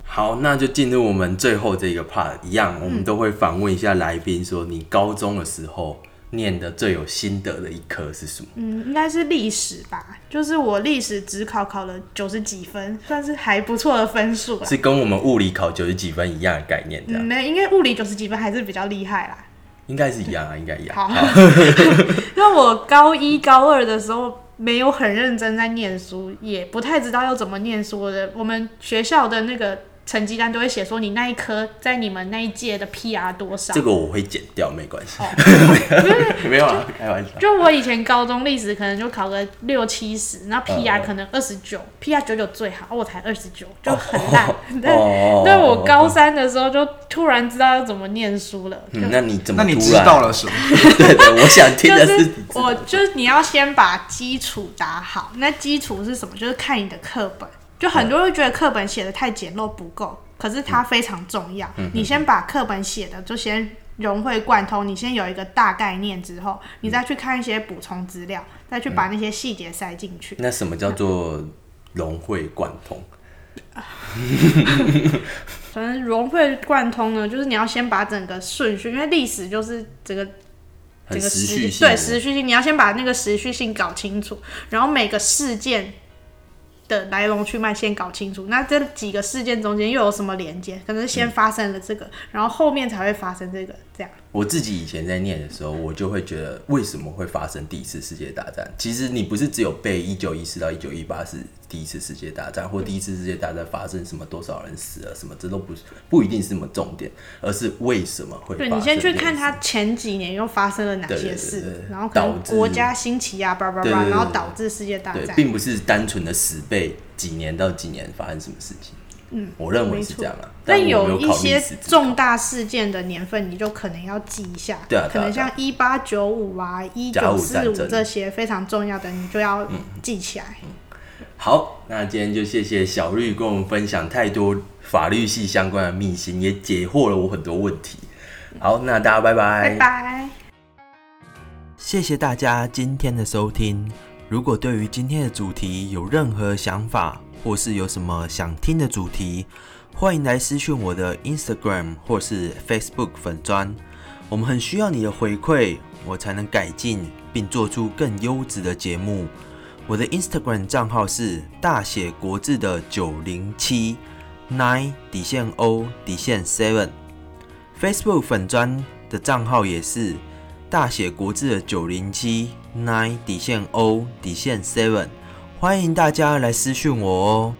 Speaker 1: 好，那就进入我们最后这个 part，一样，我们都会访问一下来宾，说你高中的时候念的最有心得的一科是什么？
Speaker 2: 嗯，应该是历史吧，就是我历史只考考了九十几分，算是还不错的分数了。
Speaker 1: 是跟我们物理考九十几分一样的概念，这样、
Speaker 2: 嗯，没，因为物理九十几分还是比较厉 害啦。
Speaker 1: 应该是一样啊，应该一样。
Speaker 2: 好， 因为我高一高二的时候没有很认真在念书，也不太知道要怎么念书的。我们学校的那个成绩单都会写说你那一科在你们那一届的 PR 多少
Speaker 1: 这。个我会剪掉，没关系。没有啊，开玩笑。
Speaker 2: 就我以前高中历史可能就考个六七十，然后
Speaker 1: 嗯
Speaker 2: PR
Speaker 1: 嗯
Speaker 2: 可能二十九，PR 九九最好，我才二十九，就 很烂。但
Speaker 1: 哦
Speaker 2: 但我高三的时候就突然知道要怎么念书了，就
Speaker 1: 嗯，那你怎么
Speaker 3: 那你
Speaker 1: 突
Speaker 3: 知
Speaker 1: 然
Speaker 3: 道？了什么？
Speaker 1: 对对，我想听
Speaker 2: 就
Speaker 1: 的是
Speaker 2: 是我就是你要先把基础打好。那基础是什么？就是看你的课本。就很多人会觉得课本写的太简陋不够，可是
Speaker 1: 嗯
Speaker 2: 它非常重要。你先把课本写的就先融会贯通，你先有一个大概念之后，你
Speaker 1: 嗯
Speaker 2: 再去看一些补充资料，再去把那些细节塞进去。
Speaker 1: 那什么叫做融会贯通？
Speaker 2: 反正融会贯通呢，就是你要先把整个顺序，因为历史就是整个
Speaker 1: 很
Speaker 2: 整个
Speaker 1: 时
Speaker 2: 时
Speaker 1: 序性的。
Speaker 2: 对时序性，你要先把那个时序性搞清楚，然后每个事件的来龙去脉先搞清楚。那这几个事件中间又有什么连接？可能是
Speaker 1: 嗯
Speaker 2: 先发生了这个，然后后面才会发生这个，这样。
Speaker 1: 我自己以前在念的时候，我就会觉得为什么会发生第一次世界大战？其实你不是只有背一九一四到一九一八是第一次世界大战，
Speaker 2: 嗯
Speaker 1: 或第一次世界大战发生什么多少人死了什么，这都不是不一定是什么重点，而是为什么会发
Speaker 2: 对
Speaker 1: 生。
Speaker 2: 你先去看它。前几年又发生了哪
Speaker 1: 对对
Speaker 2: 些
Speaker 1: 对
Speaker 2: 事，
Speaker 1: 对
Speaker 2: 然后可能
Speaker 1: 导致
Speaker 2: 国家兴起啊，叭叭
Speaker 1: 对对
Speaker 2: 叭，
Speaker 1: 对
Speaker 2: 然后
Speaker 1: 对
Speaker 2: 导致世界大
Speaker 1: 对，
Speaker 2: 战。
Speaker 1: 并不是单纯的死背几年到几年发生什么事情。嗯，我认为
Speaker 2: 没
Speaker 1: 是
Speaker 2: 错
Speaker 1: 这样啊。但
Speaker 2: 但
Speaker 1: 我没
Speaker 2: 有一
Speaker 1: 考历
Speaker 2: 些
Speaker 1: 史资料
Speaker 2: 重大事件的年份，你就可能要记一下。
Speaker 1: 对啊对啊
Speaker 2: 可能
Speaker 1: 对啊
Speaker 2: 像一八九五啊、一
Speaker 1: 甲午战
Speaker 2: 九四
Speaker 1: 争嗯
Speaker 2: 五这些非常重要的，你就要记起来。
Speaker 1: 好，那今天就谢谢小绿跟我们分享太多法律系相关的秘辛，也解惑了我很多问题。好，那大家拜拜
Speaker 2: 拜拜。
Speaker 1: 谢谢大家今天的收听。如果对于今天的主题有任何想法，或是有什么想听的主题，欢迎来私讯我的 Instagram 或是 Facebook 粉砖。我们很需要你的回馈，我才能改进并做出更优质的节目。我的 Instagram 账号是大写国字的九零七 nine 底线 O 底线 seven。Facebook 粉砖的账号也是大写国字的九零七 nine 底线 O 底线 seven，欢迎大家来私讯我哦。